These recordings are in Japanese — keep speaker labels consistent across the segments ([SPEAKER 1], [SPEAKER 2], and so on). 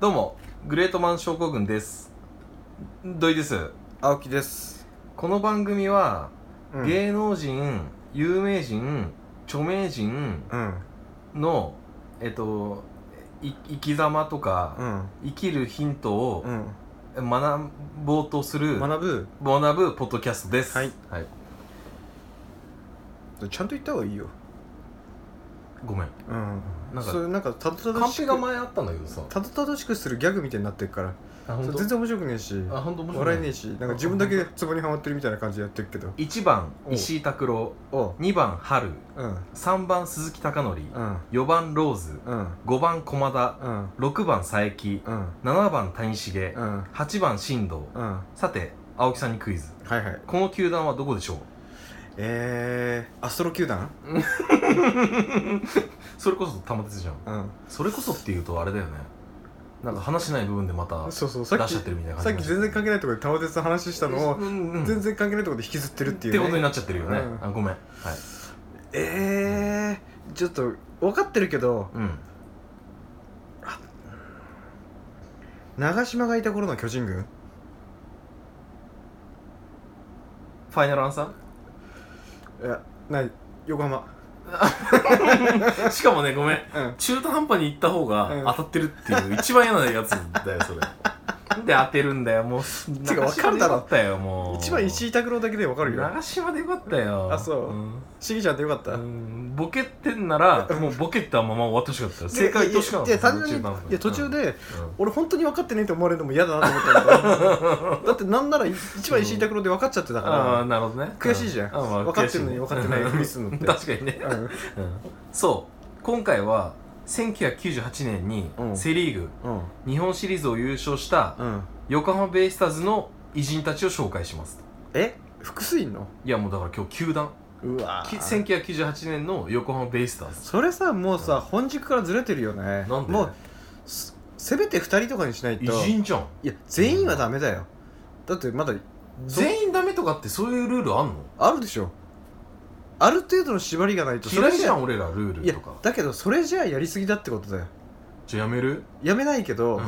[SPEAKER 1] どうもグレートマン症候群です土井です
[SPEAKER 2] 青木です、
[SPEAKER 1] この番組は、
[SPEAKER 2] うん、
[SPEAKER 1] 芸能人有名人著名人
[SPEAKER 2] うん
[SPEAKER 1] のえっとい生き様とか、
[SPEAKER 2] うん
[SPEAKER 1] 生きるヒントを
[SPEAKER 2] うん
[SPEAKER 1] 学ぼうとする
[SPEAKER 2] 学ぶ
[SPEAKER 1] 学ぶポッドキャストです
[SPEAKER 2] はい、ちゃんと言った方がいいよ
[SPEAKER 1] ごめん
[SPEAKER 2] うん
[SPEAKER 1] なか
[SPEAKER 2] なんんかそれなんかたど
[SPEAKER 1] カ
[SPEAKER 2] たど
[SPEAKER 1] ン
[SPEAKER 2] し
[SPEAKER 1] ペ
[SPEAKER 2] く
[SPEAKER 1] が前あったんだけどさ
[SPEAKER 2] たどたどしくするギャグみたいになってるから
[SPEAKER 1] あ
[SPEAKER 2] そ
[SPEAKER 1] 本
[SPEAKER 2] れ
[SPEAKER 1] 当
[SPEAKER 2] 全然面白くねえし
[SPEAKER 1] あ本当面白い
[SPEAKER 2] 笑えねえしなんか自分だけツボにはまってるみたいな感じでやってるけど
[SPEAKER 1] 1番
[SPEAKER 2] お
[SPEAKER 1] 石井拓郎
[SPEAKER 2] おう
[SPEAKER 1] 2番春
[SPEAKER 2] うん
[SPEAKER 1] 3番鈴木貴則
[SPEAKER 2] うん
[SPEAKER 1] 4番ローズ
[SPEAKER 2] うん
[SPEAKER 1] 5番駒田
[SPEAKER 2] うん
[SPEAKER 1] 6番佐伯
[SPEAKER 2] うん
[SPEAKER 1] 7番谷繁
[SPEAKER 2] うん
[SPEAKER 1] 8番進藤
[SPEAKER 2] うんは
[SPEAKER 1] さて青木さんにクイズ
[SPEAKER 2] いはい
[SPEAKER 1] この球団はどこでしょう
[SPEAKER 2] えー、アストロ球団
[SPEAKER 1] それこそ玉鉄じゃん
[SPEAKER 2] うん
[SPEAKER 1] それこそっていうとあれだよねなんか話しない部分でまた
[SPEAKER 2] そうそうさっ
[SPEAKER 1] 出
[SPEAKER 2] き
[SPEAKER 1] しちゃってるみたいな
[SPEAKER 2] さ
[SPEAKER 1] 感
[SPEAKER 2] っ
[SPEAKER 1] じ
[SPEAKER 2] き全然関係ないところで玉鉄の話したのを
[SPEAKER 1] うんうん
[SPEAKER 2] 全然関係ないところで引きずってるっていう、
[SPEAKER 1] って
[SPEAKER 2] ね、
[SPEAKER 1] ことになっちゃってるよね
[SPEAKER 2] うん
[SPEAKER 1] あごめんはい
[SPEAKER 2] えー、ちょっと分かってるけど
[SPEAKER 1] うん
[SPEAKER 2] 長嶋がいた頃の巨人軍
[SPEAKER 1] ファイナルアンサ
[SPEAKER 2] いやない横浜
[SPEAKER 1] ー しかもねごめん
[SPEAKER 2] うん
[SPEAKER 1] 中途半端に行った方
[SPEAKER 2] う
[SPEAKER 1] が
[SPEAKER 2] ん
[SPEAKER 1] 当たってるっていう一番嫌なやつだよそ れなんで当てるんだよもう
[SPEAKER 2] てかわかるだろ
[SPEAKER 1] 長島でよったよもう
[SPEAKER 2] 一番石井拓郎だけで分かるよ
[SPEAKER 1] 長島でよかったよ
[SPEAKER 2] あそう
[SPEAKER 1] うん
[SPEAKER 2] しぎちゃんってよかった、
[SPEAKER 1] うんボケてんならもうボケたまま終わってほしかったよ正解言ってほしかった
[SPEAKER 2] いやいや単純にいや途中で、
[SPEAKER 1] うん
[SPEAKER 2] 俺本当に分かってねえって思われるのも嫌だなと思ったん だだってなんなら一番石井拓郎で分かっちゃってた
[SPEAKER 1] ああ
[SPEAKER 2] か
[SPEAKER 1] なるほどね
[SPEAKER 2] 悔しいじゃん
[SPEAKER 1] あまあ
[SPEAKER 2] 分かってるのに分かってないふりするのって
[SPEAKER 1] 確かにね
[SPEAKER 2] ら、うん
[SPEAKER 1] うんそう今回は1998年に
[SPEAKER 2] うん
[SPEAKER 1] セ・リーグ
[SPEAKER 2] うん
[SPEAKER 1] 日本シリーズを優勝した
[SPEAKER 2] うん
[SPEAKER 1] 横浜ベイスターズの偉人たちを紹介します
[SPEAKER 2] え複数いんの
[SPEAKER 1] いやもうだから今日球団
[SPEAKER 2] うわ
[SPEAKER 1] き
[SPEAKER 2] ー
[SPEAKER 1] 1998年の横浜ベイスターズ
[SPEAKER 2] それさもうさ本軸からずれてるよね
[SPEAKER 1] なんで
[SPEAKER 2] もうすせめて2人とかにしないと
[SPEAKER 1] 偉人じゃん
[SPEAKER 2] いや全員はダメだよだってまだ
[SPEAKER 1] 全員ダメとかってそういうルールあんの
[SPEAKER 2] あるでしょある程度の縛りがないと
[SPEAKER 1] 嫌いじゃ
[SPEAKER 2] それ
[SPEAKER 1] ん俺らルー
[SPEAKER 2] じゃい
[SPEAKER 1] ル
[SPEAKER 2] や
[SPEAKER 1] とか
[SPEAKER 2] だけどそれじゃあやりすぎだってことだよ
[SPEAKER 1] じゃあやめる
[SPEAKER 2] やめないけど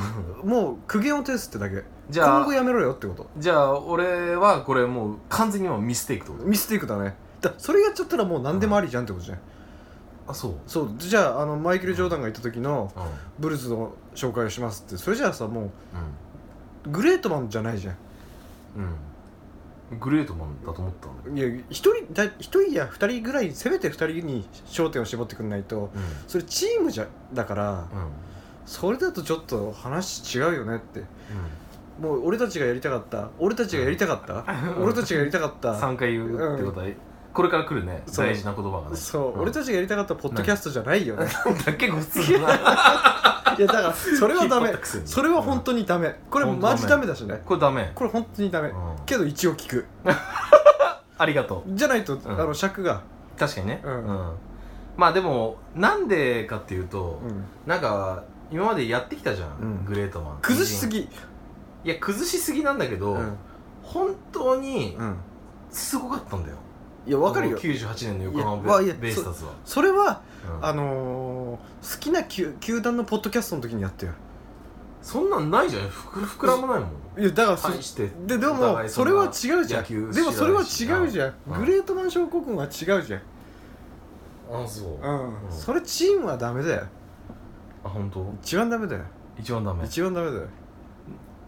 [SPEAKER 2] もう苦言を呈すってだけ
[SPEAKER 1] じゃ
[SPEAKER 2] 今
[SPEAKER 1] あ
[SPEAKER 2] 後やめろよってこと
[SPEAKER 1] じゃあ俺はこれもう完全にもうミステイクってこと
[SPEAKER 2] ミステイクだねだそれやっちゃったらもう何でもありじゃんってことじゃん、
[SPEAKER 1] あそう
[SPEAKER 2] そうじゃああのマイケル・ジョーダンがいた時の
[SPEAKER 1] うん
[SPEAKER 2] ブルーズの紹介をしますってそれじゃあさもうグレートマンじゃないじゃん
[SPEAKER 1] うんうんグレートマンだと思ったんだけど
[SPEAKER 2] いや一人だ一人や二人ぐらいせめて二人に焦点を絞ってくんないと
[SPEAKER 1] う
[SPEAKER 2] それチームじゃだから
[SPEAKER 1] んうん
[SPEAKER 2] それだとちょっと話違うよねってもう俺たちがやりたかった俺たちがやりたかった
[SPEAKER 1] うん
[SPEAKER 2] 俺たちがやりたかっ
[SPEAKER 1] うん
[SPEAKER 2] た
[SPEAKER 1] 3回言うってことはこれから来るね
[SPEAKER 2] そう
[SPEAKER 1] 大事な言葉がね
[SPEAKER 2] そう、
[SPEAKER 1] ん
[SPEAKER 2] 俺たちがやりたかったポッドキャストじゃないよね
[SPEAKER 1] だ結構普通だない
[SPEAKER 2] やだからそれはダ
[SPEAKER 1] 引っ張っ
[SPEAKER 2] メ
[SPEAKER 1] たくせに
[SPEAKER 2] それは本当にダメこれ
[SPEAKER 1] 本当ダ
[SPEAKER 2] マ
[SPEAKER 1] メ
[SPEAKER 2] ジダメだしね
[SPEAKER 1] これダメ
[SPEAKER 2] これ本当にダメ
[SPEAKER 1] うん
[SPEAKER 2] けど一応聞く
[SPEAKER 1] ありがとう
[SPEAKER 2] じゃないと、
[SPEAKER 1] ん
[SPEAKER 2] あの尺が
[SPEAKER 1] 確かにね
[SPEAKER 2] うん
[SPEAKER 1] まあでもなんでかっていうと、
[SPEAKER 2] うん
[SPEAKER 1] なんか今までやってきたじゃん、
[SPEAKER 2] うん
[SPEAKER 1] グレートマン
[SPEAKER 2] 崩しす
[SPEAKER 1] ぎ
[SPEAKER 2] ぎ
[SPEAKER 1] いや崩しすぎなんだけど、
[SPEAKER 2] うん
[SPEAKER 1] 本当に
[SPEAKER 2] うん
[SPEAKER 1] すごかったんだよ
[SPEAKER 2] いやわかるよ
[SPEAKER 1] この98年の横
[SPEAKER 2] いやわ
[SPEAKER 1] 浜
[SPEAKER 2] い
[SPEAKER 1] ベ
[SPEAKER 2] や
[SPEAKER 1] ベイスターズは、
[SPEAKER 2] それは
[SPEAKER 1] うん
[SPEAKER 2] あのー、好きな球球団のポッドキャストの時にやってよ
[SPEAKER 1] そんなんないじゃんふく膨らまないもん
[SPEAKER 2] いやだからそ
[SPEAKER 1] 大して
[SPEAKER 2] でで
[SPEAKER 1] お
[SPEAKER 2] も
[SPEAKER 1] 互い
[SPEAKER 2] そ
[SPEAKER 1] ん
[SPEAKER 2] れ
[SPEAKER 1] な
[SPEAKER 2] は違うじゃ
[SPEAKER 1] 野球
[SPEAKER 2] んでもそれは違
[SPEAKER 1] 知らな
[SPEAKER 2] う
[SPEAKER 1] いし
[SPEAKER 2] じゃん
[SPEAKER 1] うん
[SPEAKER 2] グレートマン症候群は違うじゃん
[SPEAKER 1] あそう、
[SPEAKER 2] う
[SPEAKER 1] あ
[SPEAKER 2] ん、
[SPEAKER 1] うん
[SPEAKER 2] それチームはダメだよ
[SPEAKER 1] 本当
[SPEAKER 2] 一番ダメだよ
[SPEAKER 1] 一番ダメ
[SPEAKER 2] 一番ダメだよ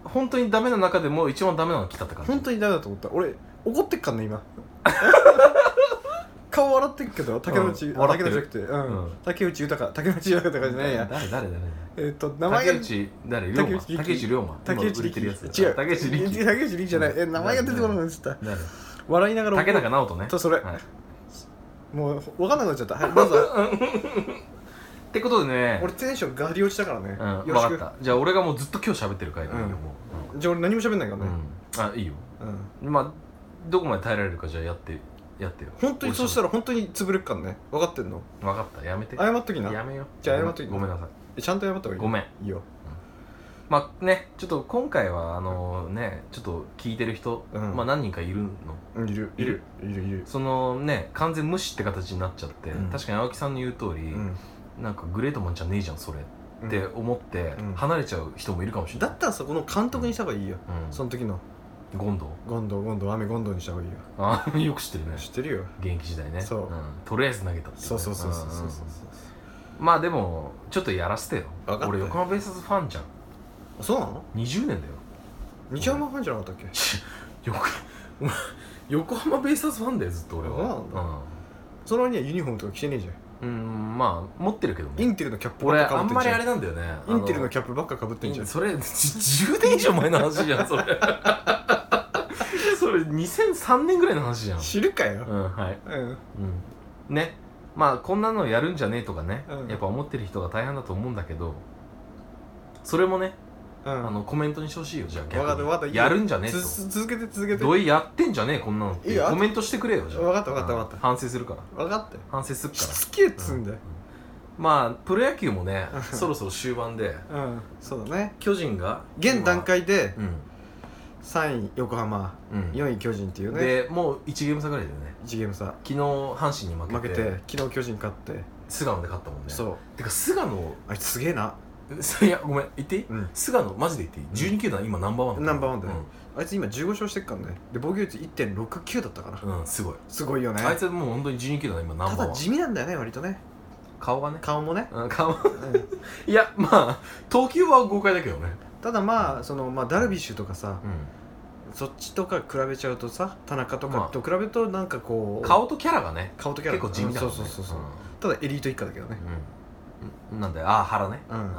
[SPEAKER 1] 本当にダメな中でも一番ダメなの来たって感じ
[SPEAKER 2] 本当にダメだと思った俺怒ってっかんね今 顔笑ってっけど竹内、
[SPEAKER 1] うん
[SPEAKER 2] あ
[SPEAKER 1] 笑っ
[SPEAKER 2] 竹
[SPEAKER 1] て
[SPEAKER 2] 内
[SPEAKER 1] る
[SPEAKER 2] じゃなくて、うん
[SPEAKER 1] うん
[SPEAKER 2] 竹内豊竹内豊とかじゃないや
[SPEAKER 1] 誰誰誰
[SPEAKER 2] えっ、と名前
[SPEAKER 1] 竹
[SPEAKER 2] が
[SPEAKER 1] 内誰龍
[SPEAKER 2] 竹
[SPEAKER 1] 馬
[SPEAKER 2] 内力
[SPEAKER 1] 竹内龍馬
[SPEAKER 2] 竹内
[SPEAKER 1] 今売れてるや
[SPEAKER 2] 力
[SPEAKER 1] つ
[SPEAKER 2] 違う
[SPEAKER 1] 竹内力
[SPEAKER 2] 竹内力じゃない、
[SPEAKER 1] うん
[SPEAKER 2] え名前が出てこなくなっちゃった
[SPEAKER 1] 誰
[SPEAKER 2] 笑いながら
[SPEAKER 1] 竹中直人ね
[SPEAKER 2] とそれ
[SPEAKER 1] はい、っ
[SPEAKER 2] もう分かんなくなっちゃったはいどうぞ
[SPEAKER 1] てことでね
[SPEAKER 2] 俺テンションガリ落ちたからね、
[SPEAKER 1] うん、
[SPEAKER 2] よ
[SPEAKER 1] 分か
[SPEAKER 2] ろしく
[SPEAKER 1] ったじゃあ俺がもうずっと今日喋ってる回だよ、
[SPEAKER 2] うん
[SPEAKER 1] も
[SPEAKER 2] じゃあ俺何も喋んないか
[SPEAKER 1] う、
[SPEAKER 2] ら
[SPEAKER 1] う
[SPEAKER 2] ね、
[SPEAKER 1] ん、あいいよ
[SPEAKER 2] うん
[SPEAKER 1] まあどこまで耐えられるかじゃあやってやってよ
[SPEAKER 2] 本当にそうした
[SPEAKER 1] ら
[SPEAKER 2] ら本当に潰れっからね分かってんの
[SPEAKER 1] 分かったやめて
[SPEAKER 2] 謝っとき
[SPEAKER 1] や
[SPEAKER 2] な
[SPEAKER 1] めよ
[SPEAKER 2] じゃあ謝っといて
[SPEAKER 1] ごめんなさい
[SPEAKER 2] ちゃんと謝った方がいい
[SPEAKER 1] ごめん
[SPEAKER 2] いいよ
[SPEAKER 1] まあねちょっと今回はあのねちょっと聞いてる人、
[SPEAKER 2] うん
[SPEAKER 1] まあ何人かいるの
[SPEAKER 2] うんいる
[SPEAKER 1] いる
[SPEAKER 2] いるいる
[SPEAKER 1] そのね完全無視って形になっちゃって、
[SPEAKER 2] うん
[SPEAKER 1] 確かに青木さんの言う通り、
[SPEAKER 2] うん
[SPEAKER 1] なんかグレートマンじゃねえじゃんそれっって思って
[SPEAKER 2] うん
[SPEAKER 1] 離れちゃう人もいるかもしれ
[SPEAKER 2] だ
[SPEAKER 1] ない
[SPEAKER 2] っ、たらさこの監督にした方がいいよ、
[SPEAKER 1] うん、
[SPEAKER 2] その時の
[SPEAKER 1] ゴンドウ
[SPEAKER 2] ゴンドウゴンドウ雨ゴンドウにした方がいいよ
[SPEAKER 1] あ よく知ってるね
[SPEAKER 2] 知ってるよ
[SPEAKER 1] 現役時代ね、
[SPEAKER 2] そうん
[SPEAKER 1] とりあえず投げたっていね
[SPEAKER 2] そうそうそうそうそうそうそうん
[SPEAKER 1] まあでもちょっとやらせてよ
[SPEAKER 2] わかったよ
[SPEAKER 1] 俺横浜ベイスターズファンじゃん
[SPEAKER 2] あそうなの
[SPEAKER 1] 20年だよ
[SPEAKER 2] 日山ファンじゃなかったっけ
[SPEAKER 1] よく横浜ベイスターズファンだよずっと俺は
[SPEAKER 2] そうなんだその割にはユニフォームとか着てねえじゃん
[SPEAKER 1] うん、うん、まあ持ってるけど
[SPEAKER 2] イ
[SPEAKER 1] ね
[SPEAKER 2] ンテルのキャップば
[SPEAKER 1] 俺
[SPEAKER 2] っか
[SPEAKER 1] あ
[SPEAKER 2] かぶ
[SPEAKER 1] ん
[SPEAKER 2] って
[SPEAKER 1] ま
[SPEAKER 2] んじ
[SPEAKER 1] り
[SPEAKER 2] ゃ
[SPEAKER 1] あ
[SPEAKER 2] ん
[SPEAKER 1] れなんだよねあ
[SPEAKER 2] インテルのキャップばっかかぶってんじゃん
[SPEAKER 1] それじ10年以上前の話じゃん それそれ2003年ぐらいの話じゃん
[SPEAKER 2] 知るか
[SPEAKER 1] う
[SPEAKER 2] よ
[SPEAKER 1] んはい、
[SPEAKER 2] うん
[SPEAKER 1] うん、ねまあこんなのやるんじゃねえとかね、
[SPEAKER 2] うん
[SPEAKER 1] やっぱ思ってる人が大半だと思うんだけどそれもね、
[SPEAKER 2] うん
[SPEAKER 1] あのコメントにしてほしいよじゃあ逆に
[SPEAKER 2] わかったわかった
[SPEAKER 1] やるんじゃねえ
[SPEAKER 2] つ
[SPEAKER 1] と
[SPEAKER 2] 続けて続けて
[SPEAKER 1] 土井やってんじゃねえこんなのって
[SPEAKER 2] いいよ
[SPEAKER 1] コメントしてくれよじゃあ
[SPEAKER 2] わかったわかったわかった
[SPEAKER 1] うん反省するから
[SPEAKER 2] 分かったよ
[SPEAKER 1] 反省するか
[SPEAKER 2] し
[SPEAKER 1] ら
[SPEAKER 2] つけえっつうんだよ
[SPEAKER 1] まあプロ野球もねそろそろ終盤で
[SPEAKER 2] うんそうだね
[SPEAKER 1] 巨人が
[SPEAKER 2] 現段階で
[SPEAKER 1] 今
[SPEAKER 2] 3位横浜
[SPEAKER 1] うん、うん
[SPEAKER 2] 4位巨人っていうね
[SPEAKER 1] でもう1ゲーム差ぐらいだよね
[SPEAKER 2] 1ゲーム差
[SPEAKER 1] 昨日阪神に負
[SPEAKER 2] 負
[SPEAKER 1] け
[SPEAKER 2] け
[SPEAKER 1] て
[SPEAKER 2] て昨日巨人勝って
[SPEAKER 1] 菅野で勝ったもんね
[SPEAKER 2] そう
[SPEAKER 1] てか菅野
[SPEAKER 2] あいつすげえな
[SPEAKER 1] いやごめん言っていい、
[SPEAKER 2] うん
[SPEAKER 1] 菅野マジで言っていい12球団今ナンバーワン
[SPEAKER 2] ナンバーワンだよ
[SPEAKER 1] ね
[SPEAKER 2] あいつ今15勝してっからねで防御率1.69だったかな、
[SPEAKER 1] うん、うんすごい
[SPEAKER 2] すごいよね
[SPEAKER 1] あいつはもう本当に12球団今ナンバ
[SPEAKER 2] た
[SPEAKER 1] ー
[SPEAKER 2] だ
[SPEAKER 1] ワン
[SPEAKER 2] 地味なんだよね割とね
[SPEAKER 1] 顔がね
[SPEAKER 2] 顔 もね、
[SPEAKER 1] うん顔
[SPEAKER 2] うん
[SPEAKER 1] いやまあ投球は豪快だけどね
[SPEAKER 2] ただまあその、まあ、ダルビッシュとかさ、
[SPEAKER 1] う
[SPEAKER 2] そっちとか比べちゃうとさ田中と
[SPEAKER 1] まあ
[SPEAKER 2] かと比べるとなんかこ
[SPEAKER 1] ん
[SPEAKER 2] う、
[SPEAKER 1] 顔とキャラがね
[SPEAKER 2] 顔とキャラ
[SPEAKER 1] 結構地味だから
[SPEAKER 2] うん
[SPEAKER 1] ね
[SPEAKER 2] そうそうそうそう、ただエリート一家だけどね
[SPEAKER 1] うんうんなんだよああ腹ね
[SPEAKER 2] うん、
[SPEAKER 1] うん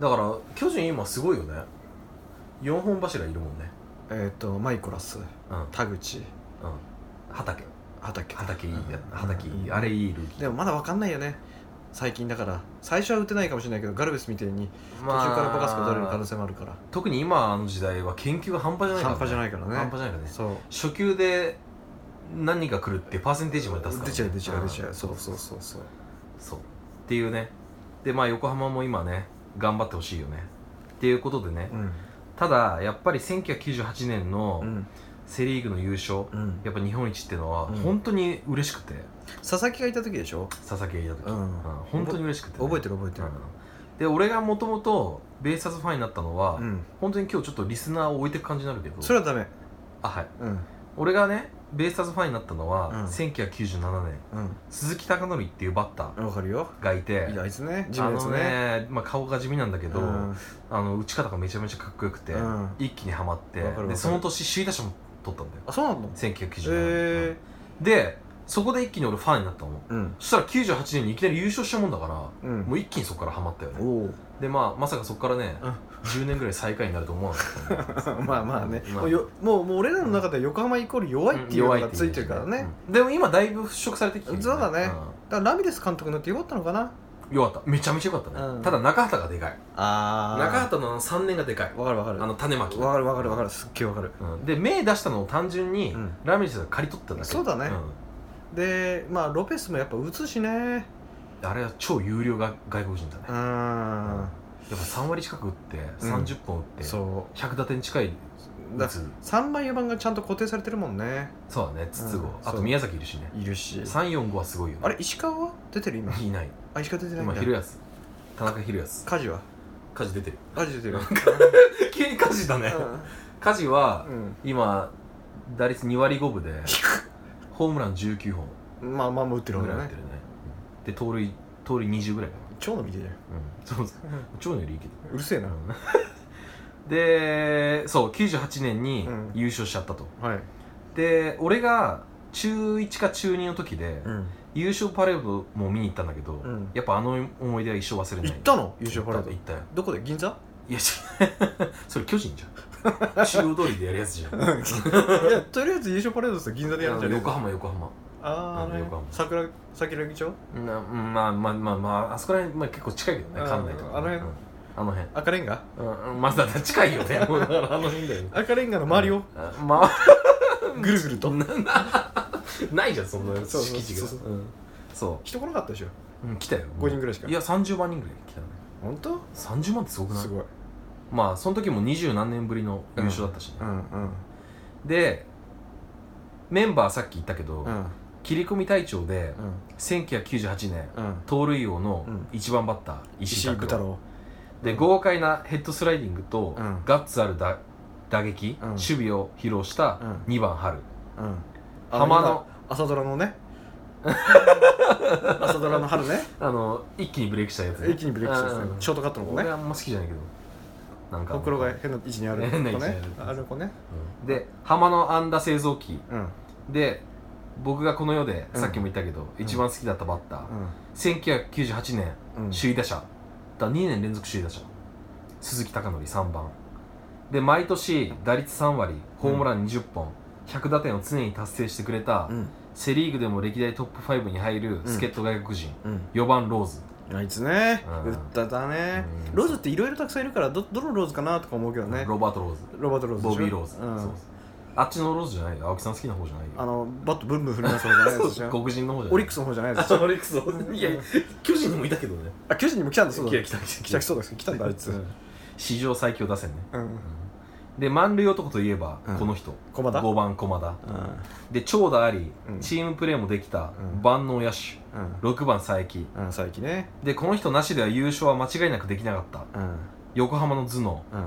[SPEAKER 1] だから巨人今すごいよね4本柱いるもんね
[SPEAKER 2] えっ、とマイコラス
[SPEAKER 1] うんうん
[SPEAKER 2] 田口
[SPEAKER 1] 畑
[SPEAKER 2] 畑
[SPEAKER 1] 畑いいや
[SPEAKER 2] うん
[SPEAKER 1] 畑いい
[SPEAKER 2] うん
[SPEAKER 1] あれいいルーキー
[SPEAKER 2] でもまだ分かんないよね最近だから最初は打てないかもしれないけどガルベスみたいに途
[SPEAKER 1] まあ
[SPEAKER 2] 中からバカスカ打たれる可能性もあるから、
[SPEAKER 1] 特に今の時代は研究が半端じゃないからね
[SPEAKER 2] 半端じゃないからね
[SPEAKER 1] 半端じゃないからね
[SPEAKER 2] そう
[SPEAKER 1] 初級で何が来るってパーセンテージまで出すからね
[SPEAKER 2] 出ちゃう出ちゃう出ちゃ
[SPEAKER 1] ん
[SPEAKER 2] うそうそうそうそう
[SPEAKER 1] そうっていうねでまあ横浜も今ね頑張ってほしいよねっていうことでね
[SPEAKER 2] うん
[SPEAKER 1] ただやっぱり1998年の
[SPEAKER 2] うん
[SPEAKER 1] セ・リーグの優勝
[SPEAKER 2] うん
[SPEAKER 1] やっぱ日本一ってのは
[SPEAKER 2] うん
[SPEAKER 1] 本当に嬉しくて
[SPEAKER 2] 佐々木がいた時でしょ
[SPEAKER 1] 佐々木がいた時
[SPEAKER 2] うん
[SPEAKER 1] 本当に嬉しくてね
[SPEAKER 2] 覚えてる覚えてる
[SPEAKER 1] うんで俺がもともとベイスターズファンになったのは
[SPEAKER 2] うん
[SPEAKER 1] 本当に今日ちょっとリスナーを置いてく感じになるけど
[SPEAKER 2] それはダメ
[SPEAKER 1] あはい
[SPEAKER 2] うん
[SPEAKER 1] 俺がねベイスターズファンになったのは
[SPEAKER 2] うん
[SPEAKER 1] 1997年
[SPEAKER 2] う
[SPEAKER 1] 鈴木貴則っていうバッター
[SPEAKER 2] んわかるよ
[SPEAKER 1] がいて
[SPEAKER 2] いやあいつね地
[SPEAKER 1] あ
[SPEAKER 2] 味なやつ
[SPEAKER 1] の
[SPEAKER 2] ね
[SPEAKER 1] ね、まあ、顔が地味なんだけど、
[SPEAKER 2] うん
[SPEAKER 1] あの打ち方がめちゃめちゃかっこよくて、
[SPEAKER 2] うん
[SPEAKER 1] 一気にはまって
[SPEAKER 2] わかるわかる
[SPEAKER 1] でその年首位打者も取ったんだよ
[SPEAKER 2] あそうなの
[SPEAKER 1] 1997年、
[SPEAKER 2] え
[SPEAKER 1] でそこで一気に俺ファンになったの
[SPEAKER 2] えうん
[SPEAKER 1] そしたら98年にいきなり優勝したもんだから、
[SPEAKER 2] うん
[SPEAKER 1] もう一気にそこからハマったよね
[SPEAKER 2] おお
[SPEAKER 1] でまあまさかそこからね、
[SPEAKER 2] うん
[SPEAKER 1] 10年ぐらい最下位になると思わなかったんだ
[SPEAKER 2] まあまあね
[SPEAKER 1] まあ
[SPEAKER 2] もうよもうもう俺らの中で横浜イコール 弱いっていうのが
[SPEAKER 1] ん
[SPEAKER 2] ついてるからねだか
[SPEAKER 1] うんでも今だいぶ払拭されてきてるよ
[SPEAKER 2] そうだねらラミレス監督になってよかったのかな
[SPEAKER 1] うんよかっためちゃめちゃよかったね、
[SPEAKER 2] うん
[SPEAKER 1] ただ中畑がでかい
[SPEAKER 2] あ
[SPEAKER 1] 中畑のあの3年がでかい
[SPEAKER 2] わかるわか
[SPEAKER 1] あ
[SPEAKER 2] る
[SPEAKER 1] の種まき
[SPEAKER 2] わかるわかるわかるすっげえわかる
[SPEAKER 1] うんで目出したのを単純に、
[SPEAKER 2] うん
[SPEAKER 1] ラミレスが刈り取っただけ
[SPEAKER 2] そうだねでまあロペスもやっぱ打つしね
[SPEAKER 1] うんあれは超有料が外国人だね、
[SPEAKER 2] う
[SPEAKER 1] やっ
[SPEAKER 2] ん
[SPEAKER 1] ぱ3割近く打って
[SPEAKER 2] うん
[SPEAKER 1] 30本打って、
[SPEAKER 2] そ
[SPEAKER 1] 100打点近いう打
[SPEAKER 2] だ
[SPEAKER 1] つ
[SPEAKER 2] 3番4番がちゃんと固定されてるもんね
[SPEAKER 1] そうだね筒子、
[SPEAKER 2] うん
[SPEAKER 1] あ
[SPEAKER 2] そ
[SPEAKER 1] と
[SPEAKER 2] う
[SPEAKER 1] 宮崎いるしね
[SPEAKER 2] いるし
[SPEAKER 1] 345はすごいよ、ね、
[SPEAKER 2] あれ石川は出てる今
[SPEAKER 1] いない
[SPEAKER 2] あ石川出てないん
[SPEAKER 1] 今
[SPEAKER 2] だ
[SPEAKER 1] 昼 安田中昼安
[SPEAKER 2] 家事は
[SPEAKER 1] 家事出てる
[SPEAKER 2] 家事出てる
[SPEAKER 1] 急に家事だね家事は
[SPEAKER 2] うん
[SPEAKER 1] 今打率2割5分でホームラン19本
[SPEAKER 2] うん まあまあもう打ってる
[SPEAKER 1] ぐ
[SPEAKER 2] わ
[SPEAKER 1] らい
[SPEAKER 2] け
[SPEAKER 1] 打っ
[SPEAKER 2] ね
[SPEAKER 1] てるねで盗塁盗塁20ぐらいか
[SPEAKER 2] 超の見てる
[SPEAKER 1] な、うん、そうそう長女よりいいけど
[SPEAKER 2] うるせえな
[SPEAKER 1] でそう98年に
[SPEAKER 2] うん
[SPEAKER 1] 優勝しちゃったと、
[SPEAKER 2] はい
[SPEAKER 1] で俺が中1か中2の時で、優勝パレードも見に行ったんだけど、
[SPEAKER 2] うん
[SPEAKER 1] やっぱあの思い出は一生忘れない
[SPEAKER 2] 行ったの優勝パレード
[SPEAKER 1] 行った行ったよ
[SPEAKER 2] どこで銀座
[SPEAKER 1] いや違う それ巨人じゃん 中央通りでやるやつじゃん
[SPEAKER 2] いやとりあえず優勝パレードって銀座でやるんじゃねえ
[SPEAKER 1] 横浜横浜
[SPEAKER 2] ああ
[SPEAKER 1] うん横浜
[SPEAKER 2] 桜桜木町
[SPEAKER 1] なまあまあまあまああそこら辺、まあ、結構近いけどね
[SPEAKER 2] うん
[SPEAKER 1] 館内とか、
[SPEAKER 2] あの辺
[SPEAKER 1] うんあの辺
[SPEAKER 2] 赤レンガ
[SPEAKER 1] うんうんまあだから近いよ ねもうだからあの辺だよね
[SPEAKER 2] 赤レンガの周りを
[SPEAKER 1] あまあ
[SPEAKER 2] ぐるぐると
[SPEAKER 1] ななないじゃんそんな
[SPEAKER 2] そうそう
[SPEAKER 1] 敷地が
[SPEAKER 2] そうそ
[SPEAKER 1] うんそ
[SPEAKER 2] 人来なかったでしょ
[SPEAKER 1] う、うん、来たよ
[SPEAKER 2] 5人ぐらいしか
[SPEAKER 1] いや30万人ぐらい来たね
[SPEAKER 2] 本当
[SPEAKER 1] 30万ってすごくない
[SPEAKER 2] すごい
[SPEAKER 1] まあその時も二十何年ぶりの優勝だったしね、
[SPEAKER 2] んうん
[SPEAKER 1] でメンバーさっき言ったけど、
[SPEAKER 2] うん
[SPEAKER 1] 切り込み隊長で
[SPEAKER 2] うん
[SPEAKER 1] 1998年
[SPEAKER 2] うん
[SPEAKER 1] 盗塁王の
[SPEAKER 2] うん
[SPEAKER 1] 1番バッター石
[SPEAKER 2] 石
[SPEAKER 1] 井
[SPEAKER 2] 井
[SPEAKER 1] 太
[SPEAKER 2] 太
[SPEAKER 1] 郎
[SPEAKER 2] 郎
[SPEAKER 1] で豪快なヘッドスライディングと
[SPEAKER 2] うん
[SPEAKER 1] ガッツある打打撃
[SPEAKER 2] うん
[SPEAKER 1] 守備を披露した
[SPEAKER 2] うん
[SPEAKER 1] 2番春
[SPEAKER 2] うん
[SPEAKER 1] 浜の
[SPEAKER 2] 今朝ドラ のね朝ドラの春ね
[SPEAKER 1] あの一気にブレイクしたやつね
[SPEAKER 2] 一気にブレイクしたやつね
[SPEAKER 1] うん
[SPEAKER 2] ショートカットの子
[SPEAKER 1] 俺
[SPEAKER 2] ね
[SPEAKER 1] あんま好きじゃないけどなんか
[SPEAKER 2] ほくろが変な位置にある子
[SPEAKER 1] 変な位置にあ
[SPEAKER 2] ね
[SPEAKER 1] る
[SPEAKER 2] ある子ね
[SPEAKER 1] うんで浜の安打製造機
[SPEAKER 2] うん
[SPEAKER 1] で僕がこの世で
[SPEAKER 2] うん
[SPEAKER 1] さっきも言ったけど、一番好きだったバッター、1998年
[SPEAKER 2] うんうん
[SPEAKER 1] 首位打者だ2年連続首位打者鈴木貴則3番で毎年打率3割ホームラン20本、100打点を常に達成してくれた、
[SPEAKER 2] うん
[SPEAKER 1] セ・リーグでも歴代トップ5に入る助っ人外国人、
[SPEAKER 2] うん
[SPEAKER 1] 4番ローズ、
[SPEAKER 2] あいつね、
[SPEAKER 1] うん
[SPEAKER 2] 打っただね、
[SPEAKER 1] うん
[SPEAKER 2] ローズっていろいろたくさんいるからどどのローズかなとか思うけどねロ
[SPEAKER 1] ロバート・ローズ
[SPEAKER 2] バート・ローズでし
[SPEAKER 1] ボ
[SPEAKER 2] ょ
[SPEAKER 1] ビー・ローズ、
[SPEAKER 2] うん、
[SPEAKER 1] そうそうあっちのローズじゃないよ青木さん好きな方じゃないよ
[SPEAKER 2] あのバットブンブン振り回す方じゃないです
[SPEAKER 1] そう
[SPEAKER 2] よ
[SPEAKER 1] 黒人の方じゃない
[SPEAKER 2] オリックス
[SPEAKER 1] ス
[SPEAKER 2] の方じゃないですよ
[SPEAKER 1] オリックス いや巨人にもいたけどね
[SPEAKER 2] あ巨人にも来たんだそうだ
[SPEAKER 1] 来た来た
[SPEAKER 2] 来たそうだ来たんだあいつ
[SPEAKER 1] うん史上最強打線ね、
[SPEAKER 2] うん
[SPEAKER 1] で満塁男といえば
[SPEAKER 2] うん
[SPEAKER 1] この人、
[SPEAKER 2] 駒田
[SPEAKER 1] 5番駒田
[SPEAKER 2] うん
[SPEAKER 1] で長打あり、
[SPEAKER 2] うん
[SPEAKER 1] チームプレーもできた
[SPEAKER 2] うん
[SPEAKER 1] 万能野手
[SPEAKER 2] うん
[SPEAKER 1] 6番佐伯
[SPEAKER 2] うん佐伯ね
[SPEAKER 1] でこの人なしでは優勝は間違いなくできなかった
[SPEAKER 2] うん
[SPEAKER 1] 横浜の頭脳
[SPEAKER 2] うん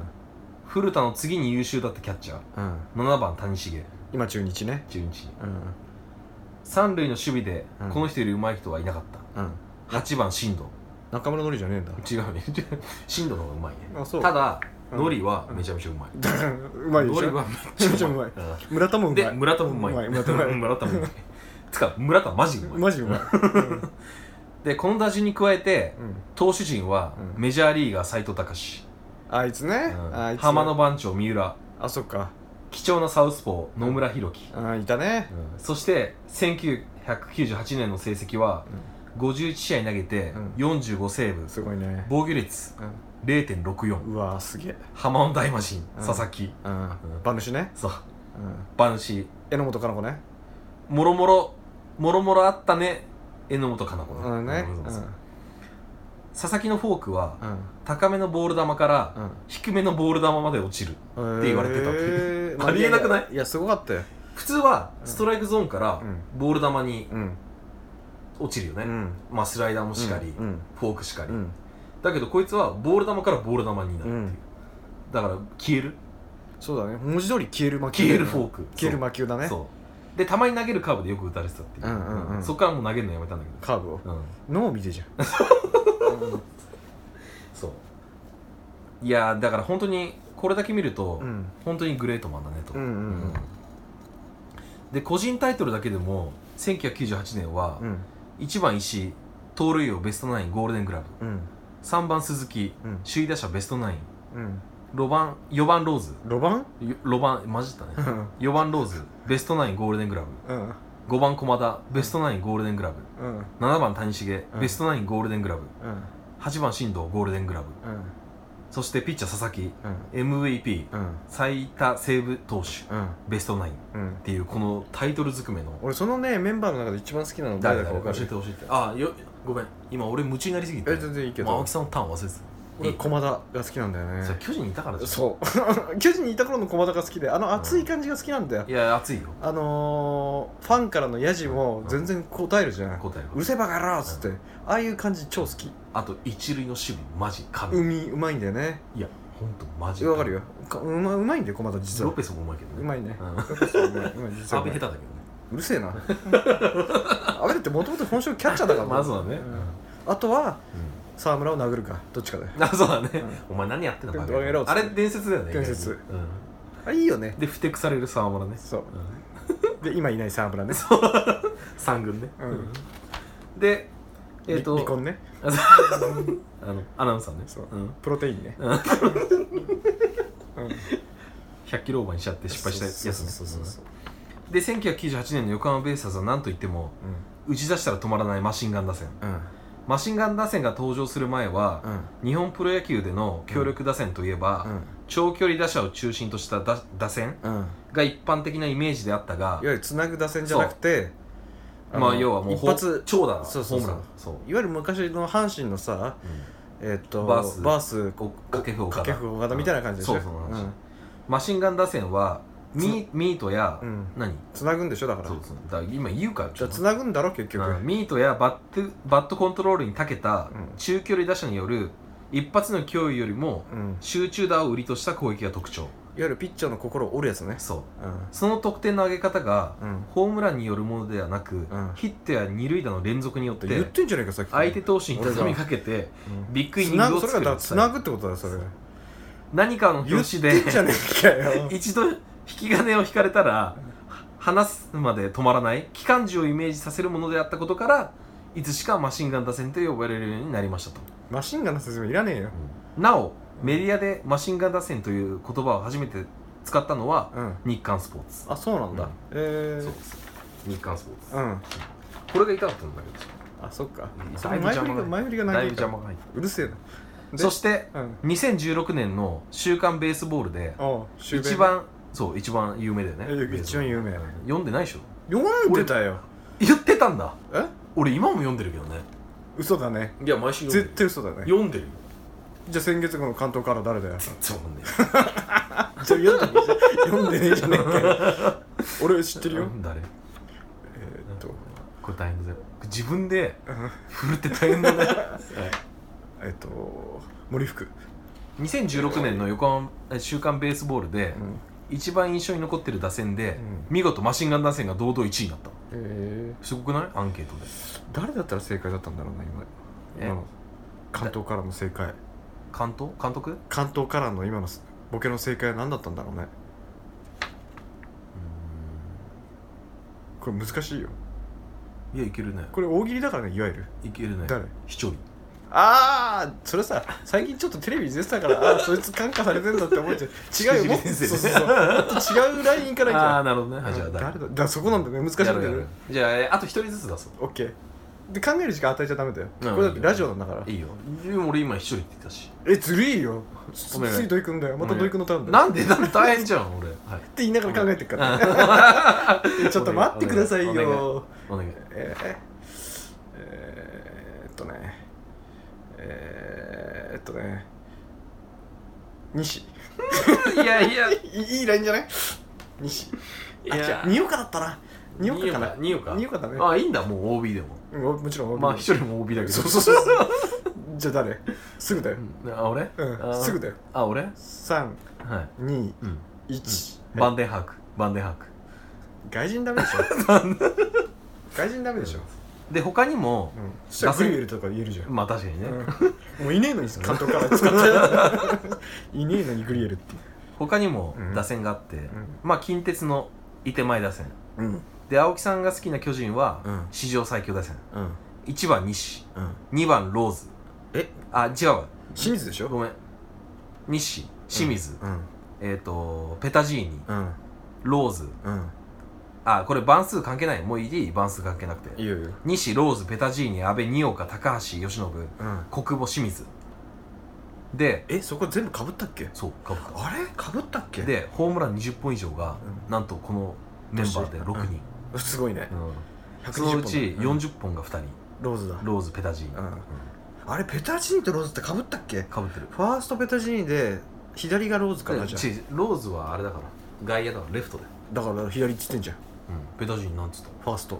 [SPEAKER 1] 古田の次に優秀だったキャッチャー
[SPEAKER 2] うん
[SPEAKER 1] 7番谷繁
[SPEAKER 2] 今中日ね
[SPEAKER 1] 中日
[SPEAKER 2] うん
[SPEAKER 1] 三塁の守備で
[SPEAKER 2] うん
[SPEAKER 1] この人より上手い人はいなかった、
[SPEAKER 2] うん
[SPEAKER 1] 8番進藤
[SPEAKER 2] 中村のりじゃねえんだ
[SPEAKER 1] 違うね進藤の方がうまいね
[SPEAKER 2] あそう
[SPEAKER 1] ただ
[SPEAKER 2] うん
[SPEAKER 1] ノリはめちゃめちゃうまい、
[SPEAKER 2] だから うまいで
[SPEAKER 1] ノ
[SPEAKER 2] し
[SPEAKER 1] リ
[SPEAKER 2] ょ
[SPEAKER 1] はめっちゃうまい
[SPEAKER 2] めっ村田も
[SPEAKER 1] う
[SPEAKER 2] うんまい
[SPEAKER 1] で村田もうまい
[SPEAKER 2] 村田もうまい
[SPEAKER 1] 村田もうまいつか村田マジうまい
[SPEAKER 2] マジうまい
[SPEAKER 1] でこの打順に加えて
[SPEAKER 2] うんうん
[SPEAKER 1] 投手陣は
[SPEAKER 2] うん
[SPEAKER 1] メジャーリーガー斎藤隆、
[SPEAKER 2] あいつねあいつ
[SPEAKER 1] 浜の番長三浦
[SPEAKER 2] あそっか
[SPEAKER 1] 貴重なサウスポー野村弘樹、
[SPEAKER 2] うんいたね
[SPEAKER 1] そして1998年の成績は51試合投げて
[SPEAKER 2] うん
[SPEAKER 1] 45セーブ、
[SPEAKER 2] すごいね
[SPEAKER 1] 防御率0.64
[SPEAKER 2] うわーすげえ
[SPEAKER 1] ハマオン大魔神、
[SPEAKER 2] うん
[SPEAKER 1] 佐々木
[SPEAKER 2] うん馬主ね
[SPEAKER 1] そう
[SPEAKER 2] うん
[SPEAKER 1] バンシ
[SPEAKER 2] 榎本かな子ね
[SPEAKER 1] ーもろもろもろもろあったね榎本かな子ね,
[SPEAKER 2] うんね
[SPEAKER 1] そううそうん佐々木のフォークは
[SPEAKER 2] うん
[SPEAKER 1] 高めのボール球から
[SPEAKER 2] うん
[SPEAKER 1] 低めのボール球まで落ちる
[SPEAKER 2] って
[SPEAKER 1] 言われてたって
[SPEAKER 2] て
[SPEAKER 1] ありえなくない
[SPEAKER 2] いやすごかったよ
[SPEAKER 1] 普通はストライクゾーンから
[SPEAKER 2] うん
[SPEAKER 1] ボール球に
[SPEAKER 2] うん
[SPEAKER 1] 落ちるよね、
[SPEAKER 2] うん
[SPEAKER 1] まあスライダーもしかり、
[SPEAKER 2] うん
[SPEAKER 1] フォークしかり、
[SPEAKER 2] うん
[SPEAKER 1] だけどこいつはボール球からボール球になるっていう、
[SPEAKER 2] うん
[SPEAKER 1] だから消える
[SPEAKER 2] そうだね文字通り消える魔球
[SPEAKER 1] 消えるフォーク
[SPEAKER 2] 消える魔球だね
[SPEAKER 1] そうでたまに投げるカーブでよく打たれてたっていう,、
[SPEAKER 2] うんうんうん
[SPEAKER 1] そこからもう投げるのやめたんだけ
[SPEAKER 2] カーブを
[SPEAKER 1] ど、うん、
[SPEAKER 2] 脳を見てじゃんうん
[SPEAKER 1] そういやーだから本当にこれだけ見ると、
[SPEAKER 2] うん
[SPEAKER 1] 本当にグレートマンだねと、
[SPEAKER 2] うんうんうん
[SPEAKER 1] で個人タイトルだけでも1998年は
[SPEAKER 2] うん
[SPEAKER 1] 1番石井盗塁王ベストナインゴールデングラブ
[SPEAKER 2] うん
[SPEAKER 1] 3番鈴木
[SPEAKER 2] うん
[SPEAKER 1] 首位打者ベストナイン
[SPEAKER 2] うん
[SPEAKER 1] 4番4番ローズ
[SPEAKER 2] ロバン
[SPEAKER 1] よ4番混じったね
[SPEAKER 2] うん
[SPEAKER 1] 4番ローズベストナインゴールデングラ
[SPEAKER 2] うん
[SPEAKER 1] ブ5番駒田ベストナインゴールデングラブ
[SPEAKER 2] うん
[SPEAKER 1] 7番谷繁
[SPEAKER 2] うん
[SPEAKER 1] ベストナインゴールデングラブ
[SPEAKER 2] うん
[SPEAKER 1] 8番進藤ゴールデングラブ
[SPEAKER 2] うん
[SPEAKER 1] そしてピッチャー佐々木
[SPEAKER 2] うん
[SPEAKER 1] MVP
[SPEAKER 2] うん
[SPEAKER 1] 最多セーブ投手
[SPEAKER 2] うん
[SPEAKER 1] ベストナインっ
[SPEAKER 2] うん
[SPEAKER 1] ていうこのタイトルずくめの
[SPEAKER 2] 俺そのねメンバーの中で一番好きなの誰
[SPEAKER 1] 誰
[SPEAKER 2] だ
[SPEAKER 1] だ
[SPEAKER 2] か
[SPEAKER 1] か
[SPEAKER 2] 分
[SPEAKER 1] 教
[SPEAKER 2] か
[SPEAKER 1] えて
[SPEAKER 2] る
[SPEAKER 1] 教えてあよごめん今俺夢中になりすぎて
[SPEAKER 2] え全然いいけ
[SPEAKER 1] まあ青
[SPEAKER 2] ど
[SPEAKER 1] 木さんのターン忘れてた
[SPEAKER 2] 俺
[SPEAKER 1] いい
[SPEAKER 2] 駒田が好きなんだよね
[SPEAKER 1] それ巨人にいたからじゃん
[SPEAKER 2] そう 巨人にいた頃の駒田が好きであの熱い感じが好きなんだよ、
[SPEAKER 1] いや熱いよ
[SPEAKER 2] あのー、ファンからのヤジも全然答えるじゃん、
[SPEAKER 1] 答えは
[SPEAKER 2] うるせえバカ野郎っつって、ああいう感じ超好き
[SPEAKER 1] あと一塁の守備マジ神、
[SPEAKER 2] 海うまいんだよね
[SPEAKER 1] いやほんとマジ
[SPEAKER 2] わかるよかうまうまいんだよ駒田実
[SPEAKER 1] ロ
[SPEAKER 2] は
[SPEAKER 1] ペスもうまいけどね
[SPEAKER 2] うまいね
[SPEAKER 1] うん
[SPEAKER 2] ロペスうまいうまい実
[SPEAKER 1] サ
[SPEAKER 2] は
[SPEAKER 1] ーブ下
[SPEAKER 2] うまい
[SPEAKER 1] 手だけどね
[SPEAKER 2] うるせえなあれだってもともと本職キャッチャーだか ら
[SPEAKER 1] まあそうだね
[SPEAKER 2] んあとは沢村を殴るかどっちかだよ
[SPEAKER 1] うんあそうだねお前何やってんだ
[SPEAKER 2] バ
[SPEAKER 1] バ
[SPEAKER 2] カ
[SPEAKER 1] カ
[SPEAKER 2] 野郎
[SPEAKER 1] あれ伝説だよね
[SPEAKER 2] 伝説
[SPEAKER 1] 意外に
[SPEAKER 2] あいいよね
[SPEAKER 1] うんでふてくされる沢村ね
[SPEAKER 2] そう
[SPEAKER 1] うん
[SPEAKER 2] で今いない沢村ね
[SPEAKER 1] 三軍ね
[SPEAKER 2] うん
[SPEAKER 1] うんでえっと
[SPEAKER 2] 離婚ね
[SPEAKER 1] あそうあのアナウンサーね
[SPEAKER 2] そう
[SPEAKER 1] うん
[SPEAKER 2] プロテインね
[SPEAKER 1] うん
[SPEAKER 2] うん
[SPEAKER 1] 100キロオーバーにしちゃって失敗したやつね
[SPEAKER 2] そうそうそうそう
[SPEAKER 1] うんで1998年の横浜ベイスターズは何といっても打ち出したら止まらないマシンガン打線
[SPEAKER 2] うんうん
[SPEAKER 1] マシンガン打線が登場する前は
[SPEAKER 2] うん
[SPEAKER 1] 日本プロ野球での強力打線といえば、長距離打者を中心とした打打線
[SPEAKER 2] うんうん
[SPEAKER 1] が一般的なイメージであったが
[SPEAKER 2] いわゆるつなぐ打線じゃなくて
[SPEAKER 1] ま
[SPEAKER 2] の
[SPEAKER 1] あ要はもう
[SPEAKER 2] 一発
[SPEAKER 1] 長打
[SPEAKER 2] そうそうそう
[SPEAKER 1] ホームランそう、
[SPEAKER 2] いわゆる昔の阪神のさえっと
[SPEAKER 1] バース
[SPEAKER 2] バース
[SPEAKER 1] こう掛布岡田
[SPEAKER 2] 掛布岡田みたいな感じでしょ
[SPEAKER 1] そうそうそううんマシンガン打線はミミートや、
[SPEAKER 2] うん
[SPEAKER 1] 何
[SPEAKER 2] つなぐんでしょだから
[SPEAKER 1] そうそうだから今言うから
[SPEAKER 2] じゃあ
[SPEAKER 1] ちょっ
[SPEAKER 2] つ
[SPEAKER 1] と
[SPEAKER 2] なぐんだろ結局、
[SPEAKER 1] うんミートやバットバットコントロールに長けた
[SPEAKER 2] うん
[SPEAKER 1] 中距離打者による一発の脅威よりも
[SPEAKER 2] うん、いわ
[SPEAKER 1] 集中打を売りとした攻撃が特徴
[SPEAKER 2] ゆるピッチャーの心を折るやつね
[SPEAKER 1] そう
[SPEAKER 2] う
[SPEAKER 1] その得点の上げ方が
[SPEAKER 2] んうん
[SPEAKER 1] ホームランによるものではなく、
[SPEAKER 2] ん
[SPEAKER 1] ヒットや二塁打の連続によっ
[SPEAKER 2] 言っててんじゃねえかさっきから
[SPEAKER 1] 相手投手に畳みかけて
[SPEAKER 2] うん
[SPEAKER 1] ビッグイニングを
[SPEAKER 2] つなそれが
[SPEAKER 1] 作
[SPEAKER 2] だから
[SPEAKER 1] る
[SPEAKER 2] つなぐってことだよそれ
[SPEAKER 1] 何かの
[SPEAKER 2] 言
[SPEAKER 1] 拍
[SPEAKER 2] って
[SPEAKER 1] 子
[SPEAKER 2] ん
[SPEAKER 1] で
[SPEAKER 2] じゃねえかよ
[SPEAKER 1] 一度引き金を引かれたら話すまで止まらない機関銃をイメージさせるものであったことからいつしかマシンガン打線と呼ばれるようになりましたと、
[SPEAKER 2] マシンガンの説明いらねえよ
[SPEAKER 1] なおメディアでマシンガン打線という言葉を初めて使ったのは
[SPEAKER 2] うん
[SPEAKER 1] 日刊スポーツ
[SPEAKER 2] あそうなんだ、
[SPEAKER 1] うん
[SPEAKER 2] え
[SPEAKER 1] そう
[SPEAKER 2] ー
[SPEAKER 1] です日刊スポーツ
[SPEAKER 2] うん
[SPEAKER 1] これが痛かったんだけど
[SPEAKER 2] あそっか
[SPEAKER 1] うん
[SPEAKER 2] それ前振りが前振りが
[SPEAKER 1] だ
[SPEAKER 2] 長
[SPEAKER 1] いぶ
[SPEAKER 2] い
[SPEAKER 1] 邪
[SPEAKER 2] から
[SPEAKER 1] 魔が入っ
[SPEAKER 2] うるせえな
[SPEAKER 1] た
[SPEAKER 2] で
[SPEAKER 1] そして
[SPEAKER 2] うん
[SPEAKER 1] 2016年の「週刊ベースボール」で
[SPEAKER 2] ああ終盤
[SPEAKER 1] 一番そう一番有名だよね
[SPEAKER 2] え一番有名
[SPEAKER 1] 読んでないでしょ
[SPEAKER 2] 読んでたよ
[SPEAKER 1] 言ってたんだ
[SPEAKER 2] え
[SPEAKER 1] 俺今も読んでるけどね
[SPEAKER 2] 嘘だね
[SPEAKER 1] いや毎週
[SPEAKER 2] 絶対嘘だね
[SPEAKER 1] 読んでるよ
[SPEAKER 2] じゃあ先月号の関東から誰だよ じゃ
[SPEAKER 1] そうなんだよ
[SPEAKER 2] あ読んでねえじゃん読んでねえじゃねえかよ 俺知ってるよ
[SPEAKER 1] 誰
[SPEAKER 2] えーっと
[SPEAKER 1] これ大変だよ自分で
[SPEAKER 2] うん
[SPEAKER 1] 振るって大変だ ね
[SPEAKER 2] えーっと森福
[SPEAKER 1] 2016年の横浜え週刊ベースボールで
[SPEAKER 2] うん
[SPEAKER 1] 一番印象に残ってる打線で
[SPEAKER 2] うん
[SPEAKER 1] 見事マシンガン打線が堂々1位になった
[SPEAKER 2] え
[SPEAKER 1] すごくないアンケートで
[SPEAKER 2] 誰だったら正解だったんだろうな今
[SPEAKER 1] え
[SPEAKER 2] 今の関東からの正解
[SPEAKER 1] 監督監督、う
[SPEAKER 2] 関東からの今のボケの正解は何だったんだろうねこれ難しいよ
[SPEAKER 1] んいやいけるね
[SPEAKER 2] これ大喜利だからねいわゆる
[SPEAKER 1] いけるね
[SPEAKER 2] 誰
[SPEAKER 1] 視聴率
[SPEAKER 2] ああそれさ最近ちょっとテレビ出てたからああーそいつ感化されてんだって思っちゃう違うよもっと
[SPEAKER 1] しくじり先生
[SPEAKER 2] そうそうそうもっと違うラインからい
[SPEAKER 1] ああ
[SPEAKER 2] ゃ
[SPEAKER 1] ーなるほどねはいじゃあ
[SPEAKER 2] 誰だ
[SPEAKER 1] 誰
[SPEAKER 2] だからそこなんだね難しいんだ
[SPEAKER 1] やろ
[SPEAKER 2] よ
[SPEAKER 1] うやろ
[SPEAKER 2] ね
[SPEAKER 1] うじゃあえーあと一人ずつ出そう
[SPEAKER 2] オッケーで考える時間与えちゃダメだよ
[SPEAKER 1] うん
[SPEAKER 2] これだってラジオなんだから
[SPEAKER 1] いいよでも俺今一人って言ったし
[SPEAKER 2] えずるいよ
[SPEAKER 1] ごめん
[SPEAKER 2] 次土井くんだよまた土井くんのターンだよ
[SPEAKER 1] なんでだって大変じゃん俺はい
[SPEAKER 2] って言いながら考えてるから、ね、 ちょっと待ってください
[SPEAKER 1] お願いお
[SPEAKER 2] よ
[SPEAKER 1] お願い
[SPEAKER 2] えー、えー、っとねえー、っとね西
[SPEAKER 1] いやいや
[SPEAKER 2] いいいラインじゃない西
[SPEAKER 1] い
[SPEAKER 2] あ
[SPEAKER 1] や
[SPEAKER 2] 違う二岡だったな二岡かな
[SPEAKER 1] 二岡
[SPEAKER 2] 二岡だね
[SPEAKER 1] あいいんだもう OB でも
[SPEAKER 2] うんももちろん
[SPEAKER 1] まあ一人も OB だけど
[SPEAKER 2] そうそうそうじゃあ誰すぐだよ
[SPEAKER 1] うん あ俺
[SPEAKER 2] うん
[SPEAKER 1] あ
[SPEAKER 2] すぐだよ
[SPEAKER 1] あ俺は
[SPEAKER 2] 三
[SPEAKER 1] い
[SPEAKER 2] 二
[SPEAKER 1] うん
[SPEAKER 2] 一
[SPEAKER 1] バンデンハークバンデンハーク
[SPEAKER 2] 外人ダメでしょ外人ダメでしょ
[SPEAKER 1] で他にも
[SPEAKER 2] うんそしたらグリエルとか言えるじゃん
[SPEAKER 1] まあ確かにね
[SPEAKER 2] うん もういねえのに監督から使って いねえのにグリエルって
[SPEAKER 1] 他にも
[SPEAKER 2] うん
[SPEAKER 1] 打線があって
[SPEAKER 2] ん
[SPEAKER 1] まあ近鉄の伊手前打線
[SPEAKER 2] うん
[SPEAKER 1] で青木さんが好きな巨人は
[SPEAKER 2] うん
[SPEAKER 1] 史上最強打線
[SPEAKER 2] うん
[SPEAKER 1] 1番西
[SPEAKER 2] うん
[SPEAKER 1] 2番ローズ
[SPEAKER 2] え
[SPEAKER 1] あ違うわ
[SPEAKER 2] 清水でしょ
[SPEAKER 1] ごめん西清水
[SPEAKER 2] うん
[SPEAKER 1] えっとペタジーニ
[SPEAKER 2] うん
[SPEAKER 1] ローズ
[SPEAKER 2] うん
[SPEAKER 1] あこれ番数関係ないもういい番数関係なく
[SPEAKER 2] い
[SPEAKER 1] て
[SPEAKER 2] いよいいよ
[SPEAKER 1] 西ローズペタジーニ阿部二岡高橋由伸
[SPEAKER 2] うん
[SPEAKER 1] 小久保清水で
[SPEAKER 2] えそこ全部かぶったっけ
[SPEAKER 1] そうかぶっ
[SPEAKER 2] あれかぶったっけ
[SPEAKER 1] たでホームラン20本以上が、
[SPEAKER 2] う
[SPEAKER 1] なんとこのメンバーで6人、
[SPEAKER 2] すごいね
[SPEAKER 1] うんそのうち
[SPEAKER 2] 120本だ
[SPEAKER 1] 40本が2人、
[SPEAKER 2] うんローズだ
[SPEAKER 1] ローズペタジーニ、
[SPEAKER 2] う
[SPEAKER 1] うん
[SPEAKER 2] んあれペタジーニとローズってかぶったっけ
[SPEAKER 1] かぶってる
[SPEAKER 2] ファーストペタジーニで左がローズかなじゃ
[SPEAKER 1] ちローズはあれだから外野だからレフトで、
[SPEAKER 2] あだから左っつってんじゃん
[SPEAKER 1] ペタジーニなんつっ
[SPEAKER 2] ファースト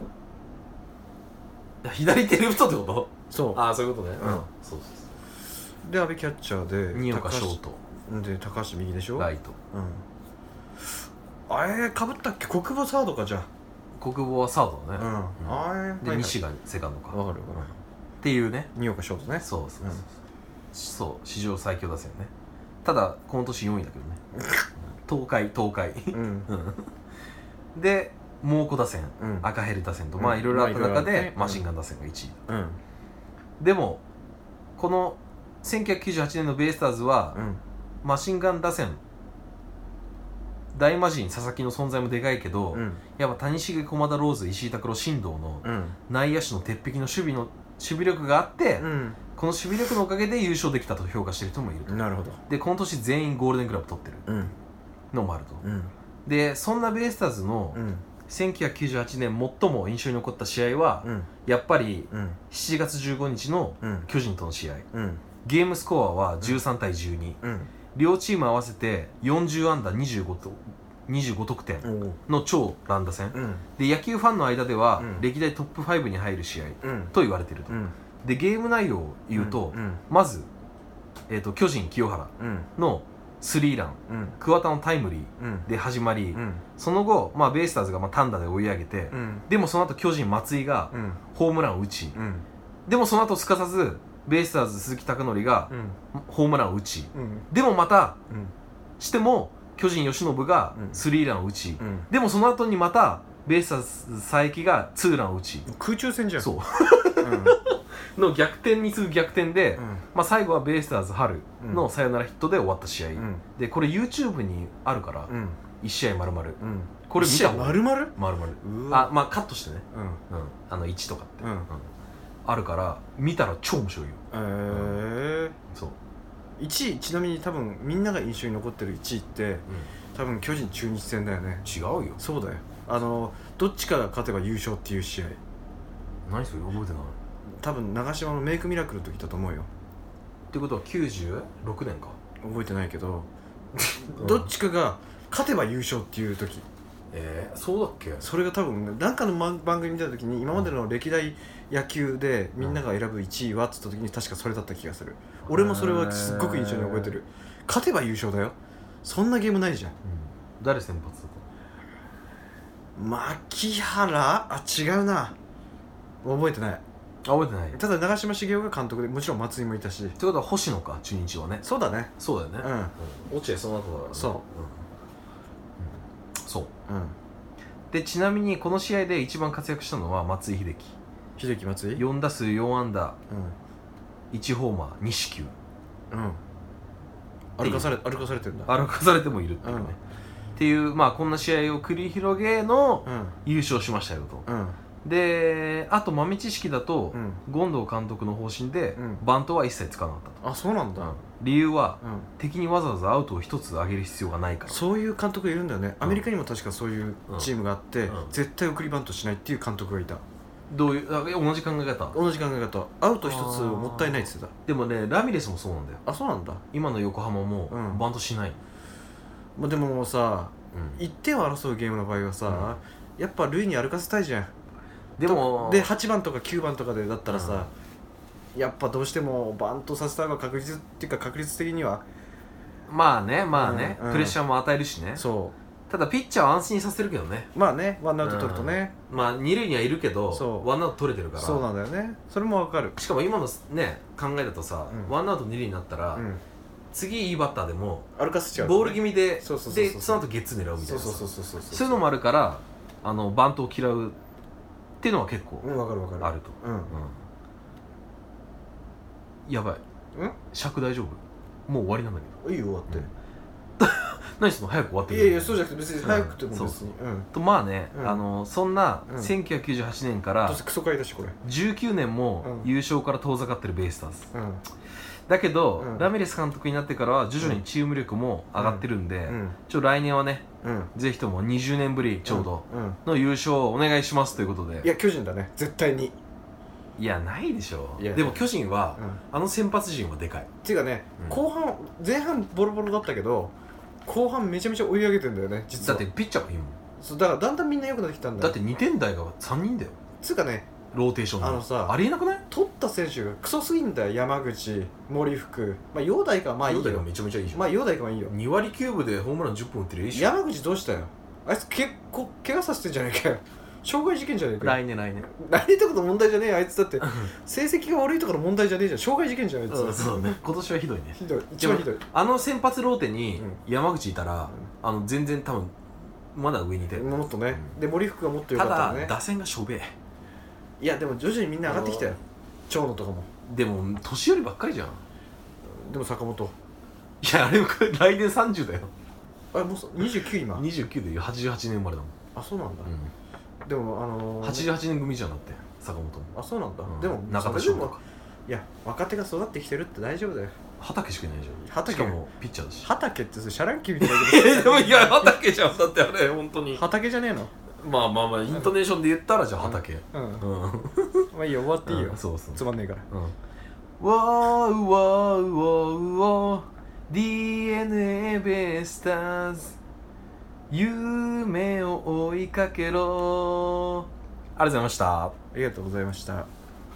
[SPEAKER 1] た左手レフトってこ
[SPEAKER 2] そ
[SPEAKER 1] とああそういうことね
[SPEAKER 2] うん
[SPEAKER 1] そうそう
[SPEAKER 2] うで阿部キャッチャー
[SPEAKER 1] そう
[SPEAKER 2] で
[SPEAKER 1] 二岡ショー
[SPEAKER 2] 高
[SPEAKER 1] ト
[SPEAKER 2] 橋で高橋右でしょ
[SPEAKER 1] ライト
[SPEAKER 2] うんあれかぶったっけ国母サードかじゃ
[SPEAKER 1] 国保はサード
[SPEAKER 2] あ
[SPEAKER 1] だ
[SPEAKER 2] う
[SPEAKER 1] ね、
[SPEAKER 2] んあれはいは
[SPEAKER 1] で
[SPEAKER 2] い
[SPEAKER 1] 西がセカンドか、
[SPEAKER 2] わかる
[SPEAKER 1] うん
[SPEAKER 2] わ
[SPEAKER 1] っ
[SPEAKER 2] かる
[SPEAKER 1] ていうね
[SPEAKER 2] 二岡ショートね
[SPEAKER 1] そうそうそう、
[SPEAKER 2] うん
[SPEAKER 1] そう史上最強打線ねただこの年4位だけど ね東海東海
[SPEAKER 2] うん
[SPEAKER 1] うんで猛虎打線
[SPEAKER 2] うん
[SPEAKER 1] 赤ヘル打線と、
[SPEAKER 2] うん
[SPEAKER 1] まあいろいろあった
[SPEAKER 2] まあ
[SPEAKER 1] 中
[SPEAKER 2] いろいろある
[SPEAKER 1] で
[SPEAKER 2] ね
[SPEAKER 1] マシンガン打線が1位、
[SPEAKER 2] うん
[SPEAKER 1] でもこの1998年のベイスターズは、
[SPEAKER 2] うん
[SPEAKER 1] マシンガン打線大魔神佐々木の存在もでかいけど、
[SPEAKER 2] うん
[SPEAKER 1] やっぱ谷繁駒田ローズ石井拓郎進藤の
[SPEAKER 2] うん
[SPEAKER 1] 内野手の鉄壁の守備の守備力があって、
[SPEAKER 2] うん
[SPEAKER 1] この守備力のおかげで優勝できたと評価してる人もいると、
[SPEAKER 2] なるほど
[SPEAKER 1] でこの年全員ゴールデングラブ取ってる
[SPEAKER 2] うん
[SPEAKER 1] のもあると、
[SPEAKER 2] うん
[SPEAKER 1] でそんなベイスターズの
[SPEAKER 2] うん
[SPEAKER 1] 1998年最も印象に残った試合は、
[SPEAKER 2] うん
[SPEAKER 1] やっぱり
[SPEAKER 2] うん
[SPEAKER 1] 7月15日の
[SPEAKER 2] うん
[SPEAKER 1] 巨人との試合
[SPEAKER 2] うん
[SPEAKER 1] ゲームスコアは13対12
[SPEAKER 2] うん
[SPEAKER 1] 両チーム合わせて40安打25と25得点
[SPEAKER 2] おう
[SPEAKER 1] の超乱打戦
[SPEAKER 2] うん
[SPEAKER 1] で野球ファンの間では
[SPEAKER 2] うん
[SPEAKER 1] 歴代トップ5に入る試合
[SPEAKER 2] うん
[SPEAKER 1] と言われていると
[SPEAKER 2] うん
[SPEAKER 1] でゲーム内容を言うと
[SPEAKER 2] うん
[SPEAKER 1] まず、えー、と巨人清原
[SPEAKER 2] うん
[SPEAKER 1] のスリーラン
[SPEAKER 2] うん
[SPEAKER 1] 桑田のタイムリ
[SPEAKER 2] うん
[SPEAKER 1] ーで始まり、
[SPEAKER 2] うん
[SPEAKER 1] その後、まあ、ベイスターズがまあ単打で追い上げて、
[SPEAKER 2] うん
[SPEAKER 1] でもその後巨人松井が
[SPEAKER 2] うん
[SPEAKER 1] ホームランを打ち、
[SPEAKER 2] うん
[SPEAKER 1] でもその後すかさずベイスターズ鈴木拓典が
[SPEAKER 2] うん
[SPEAKER 1] ホームランを打ち
[SPEAKER 2] うん
[SPEAKER 1] でもまた
[SPEAKER 2] うん
[SPEAKER 1] しても巨人由伸が
[SPEAKER 2] うん
[SPEAKER 1] スリーランを打ち、
[SPEAKER 2] うん
[SPEAKER 1] でもその後にまたベイスターズ佐伯がツーランを打ち
[SPEAKER 2] 空中戦じゃん
[SPEAKER 1] そ
[SPEAKER 2] うん
[SPEAKER 1] うの逆転に次ぐ逆転で、
[SPEAKER 2] うん
[SPEAKER 1] まあ、最後はベイスターズ春のサヨナラヒットで終わった試合、
[SPEAKER 2] うん
[SPEAKER 1] でこれ YouTube にあるから
[SPEAKER 2] うん
[SPEAKER 1] 1試合丸々
[SPEAKER 2] うん
[SPEAKER 1] これ見た方が
[SPEAKER 2] まるまる
[SPEAKER 1] 丸々
[SPEAKER 2] う
[SPEAKER 1] あ
[SPEAKER 2] わ
[SPEAKER 1] まあカットしてね、
[SPEAKER 2] うん
[SPEAKER 1] うん、あの1とかって、
[SPEAKER 2] うん
[SPEAKER 1] あるから見たら超面白いよ
[SPEAKER 2] え
[SPEAKER 1] そう、
[SPEAKER 2] え1位ちなみに多分みんなが印象に残ってる1位って多分巨人中日戦だよね
[SPEAKER 1] 違うよ
[SPEAKER 2] そうだよあのどっちから勝てば優勝っていう試合
[SPEAKER 1] 何それ覚えてない
[SPEAKER 2] 多分長島のメイクミラクルの時だと思うよ
[SPEAKER 1] ってことは96年か
[SPEAKER 2] 覚えてないけど、
[SPEAKER 1] うん
[SPEAKER 2] どっちかが勝てば優勝っていう時
[SPEAKER 1] えー、そうだっけ
[SPEAKER 2] それが多分なんかの番番組見た時に今までの歴代野球でみんなが選ぶ1位はっつった時に確かそれだった気がする俺もそれはすっごく印象に覚えてる勝てば優勝だよそんなゲームないじゃん
[SPEAKER 1] うん誰先発だっ
[SPEAKER 2] 牧原あ違うな覚えてない
[SPEAKER 1] たあ覚えてないって
[SPEAKER 2] ただ長嶋茂雄が監督でもちろん松井もいたし
[SPEAKER 1] ことは星野か中日はね
[SPEAKER 2] そうだね
[SPEAKER 1] そうだよね
[SPEAKER 2] うん
[SPEAKER 1] 落合その後だからね
[SPEAKER 2] そう
[SPEAKER 1] うん、うんそう
[SPEAKER 2] うん
[SPEAKER 1] でちなみにこの試合で一番活躍したのは松井秀
[SPEAKER 2] 秀樹松井
[SPEAKER 1] 喜4打数4安打
[SPEAKER 2] う
[SPEAKER 1] 1ホーマー2四球
[SPEAKER 2] んうん歩かされ歩かされてんだ
[SPEAKER 1] 歩かされてもいるっていうね、
[SPEAKER 2] うん
[SPEAKER 1] っていうまあこんな試合を繰り広げの
[SPEAKER 2] うん
[SPEAKER 1] 優勝しましたよと
[SPEAKER 2] うん
[SPEAKER 1] であと豆知識だと、
[SPEAKER 2] うん
[SPEAKER 1] 権藤監督の方針で、
[SPEAKER 2] うん
[SPEAKER 1] バントは一切使わなかっ
[SPEAKER 2] あそうなん
[SPEAKER 1] たと、
[SPEAKER 2] だ
[SPEAKER 1] 理由は
[SPEAKER 2] うん
[SPEAKER 1] 敵にわざわざアウトを一つ上げる必要がないから
[SPEAKER 2] そういう監督がいるんだよね
[SPEAKER 1] うん
[SPEAKER 2] アメリカにも確かそういうチームがあって、
[SPEAKER 1] うん
[SPEAKER 2] 絶対送りバントしないっていう監督がいた
[SPEAKER 1] どういうあ同じ考え方
[SPEAKER 2] 同じ考え方アウト一つもったいないって言って
[SPEAKER 1] でもねラミレスもそうなんだよ
[SPEAKER 2] たあそうなんだ、
[SPEAKER 1] 今の横浜も、
[SPEAKER 2] うん
[SPEAKER 1] バントしない、
[SPEAKER 2] まあ、でももうさ
[SPEAKER 1] うん
[SPEAKER 2] 1点を争うゲームの場合はさ、やっぱ塁に歩かせたいじゃん
[SPEAKER 1] でも
[SPEAKER 2] とで8番とか9番とかでだったらさ、やっぱどうしてもバントさせた方が確実っていうか確率的には
[SPEAKER 1] まあねまあね、
[SPEAKER 2] うんうん
[SPEAKER 1] プレッシャーも与えるしね
[SPEAKER 2] そ
[SPEAKER 1] ただピッチャーは安心させるけどね
[SPEAKER 2] うまあねワンアウト取るとね、
[SPEAKER 1] まあ二塁にはいるけど
[SPEAKER 2] そう
[SPEAKER 1] ワンアウト取れてるから
[SPEAKER 2] そうなんだよねそれもわかる
[SPEAKER 1] しかも今のね考えだとさ、
[SPEAKER 2] うん
[SPEAKER 1] ワンアウト二塁になったら、
[SPEAKER 2] うん
[SPEAKER 1] 次いいバッターでも
[SPEAKER 2] 歩かせちゃう
[SPEAKER 1] ボール気
[SPEAKER 2] 味
[SPEAKER 1] 味で
[SPEAKER 2] そうそうそうそう
[SPEAKER 1] でその後ゲッツー狙うみたい
[SPEAKER 2] そう
[SPEAKER 1] な
[SPEAKER 2] そうそう
[SPEAKER 1] さ
[SPEAKER 2] そうそう
[SPEAKER 1] そういうのもあるからあのバントを嫌うっていうのは結構
[SPEAKER 2] うんわかるわかる
[SPEAKER 1] あると、
[SPEAKER 2] うん
[SPEAKER 1] うんやばい
[SPEAKER 2] ん
[SPEAKER 1] 尺大丈夫もう終わりなんだけ
[SPEAKER 2] いいよ終わって、
[SPEAKER 1] うんど何その早く終わって
[SPEAKER 2] い
[SPEAKER 1] く
[SPEAKER 2] や
[SPEAKER 1] れ
[SPEAKER 2] いやそうじゃなくて別に早くて
[SPEAKER 1] うんそ
[SPEAKER 2] も
[SPEAKER 1] う
[SPEAKER 2] 別にうん、
[SPEAKER 1] とまあね、
[SPEAKER 2] うん
[SPEAKER 1] あのそんな
[SPEAKER 2] うん
[SPEAKER 1] 1998年か
[SPEAKER 2] ど
[SPEAKER 1] ら
[SPEAKER 2] うせクソ買いだしこれ
[SPEAKER 1] 19年も
[SPEAKER 2] うん
[SPEAKER 1] 優勝から遠ざかってるベイスターズ
[SPEAKER 2] うん
[SPEAKER 1] だけど、
[SPEAKER 2] うん
[SPEAKER 1] ラミレス監督になってからは徐々にチーム力も上がってるんで、
[SPEAKER 2] うん
[SPEAKER 1] ちょ来年はね
[SPEAKER 2] うん
[SPEAKER 1] ぜひとも20年ぶりちょうど
[SPEAKER 2] うん
[SPEAKER 1] の優勝をお願いしますということで
[SPEAKER 2] いや巨人だね絶対に
[SPEAKER 1] いやないでしょ
[SPEAKER 2] いや
[SPEAKER 1] でも巨人は、
[SPEAKER 2] うん
[SPEAKER 1] あの先発陣はでかい
[SPEAKER 2] っていうかね、
[SPEAKER 1] うん
[SPEAKER 2] 後半前半ボロボロだったけど後半めちゃめちゃ追い上げてんだよね実
[SPEAKER 1] だっ
[SPEAKER 2] は
[SPEAKER 1] てピッチャーがいいもん
[SPEAKER 2] そうだからだんだんみんな良くなってきたんだ
[SPEAKER 1] だ
[SPEAKER 2] よ
[SPEAKER 1] って2点台が3人だよ
[SPEAKER 2] つうかね
[SPEAKER 1] ローテーション
[SPEAKER 2] あのさ
[SPEAKER 1] ありえなくない
[SPEAKER 2] 取った選手がクソすぎんだよ山口森福まあ陽大かまあいい
[SPEAKER 1] ローテ
[SPEAKER 2] よ
[SPEAKER 1] がめちゃめちゃいいじゃん、
[SPEAKER 2] まあ陽大かはいいよ
[SPEAKER 1] 2割9分でホームラン10本打ってるいいっしょ
[SPEAKER 2] 山口どうしたよあいつ結構怪我させてんじゃねえかよ 傷害事件じゃねえかよ
[SPEAKER 1] 来年来年
[SPEAKER 2] 何言ったこと問題じゃねえよあいつだって成績が悪いとかの問題じゃねえじゃん障害事件じゃんあいつ、
[SPEAKER 1] うんそうね今年はひどいね
[SPEAKER 2] ひどい一番ひどい
[SPEAKER 1] あの先発ローテに
[SPEAKER 2] うん
[SPEAKER 1] 山口いたら、あの全然多分まだ上にいたよ
[SPEAKER 2] もっとね、
[SPEAKER 1] うん
[SPEAKER 2] で森福がもっと良か
[SPEAKER 1] た
[SPEAKER 2] った
[SPEAKER 1] だ、
[SPEAKER 2] らね
[SPEAKER 1] 打線がしょべえ
[SPEAKER 2] いやでも徐々にみんな上がってきたよ長野とかも
[SPEAKER 1] でも年寄りばっかりじゃんい
[SPEAKER 2] でも坂本
[SPEAKER 1] やあれも来年30だよ
[SPEAKER 2] あれもうそ29今
[SPEAKER 1] 29でいう88年生まれだもん、
[SPEAKER 2] あそうなんだ、でもあのー
[SPEAKER 1] 88年組じゃなって坂本も、
[SPEAKER 2] あそうなんだ、
[SPEAKER 1] うん
[SPEAKER 2] でも
[SPEAKER 1] 中田
[SPEAKER 2] それ
[SPEAKER 1] 翔
[SPEAKER 2] で
[SPEAKER 1] と
[SPEAKER 2] も
[SPEAKER 1] か
[SPEAKER 2] いや若手が育ってきてるって大丈夫だよ
[SPEAKER 1] 畑しかいないじゃんし
[SPEAKER 2] 畑
[SPEAKER 1] かもピッチャーだし
[SPEAKER 2] 畑ってそれシャランキーみたい
[SPEAKER 1] え
[SPEAKER 2] な
[SPEAKER 1] でもいや畑じゃんだってあれ本当に
[SPEAKER 2] 畑じゃねえの
[SPEAKER 1] まあまあまあイントネーションで言ったらじゃあ畑うん
[SPEAKER 2] うん
[SPEAKER 1] うん
[SPEAKER 2] まあいいよ終わっていいよ、
[SPEAKER 1] そうそう
[SPEAKER 2] つまんねえか
[SPEAKER 1] う
[SPEAKER 2] ら
[SPEAKER 1] んわーうわーうわーうわー DNA ベイスターズ夢を追いかけろありがとうございました
[SPEAKER 2] ありがとうございました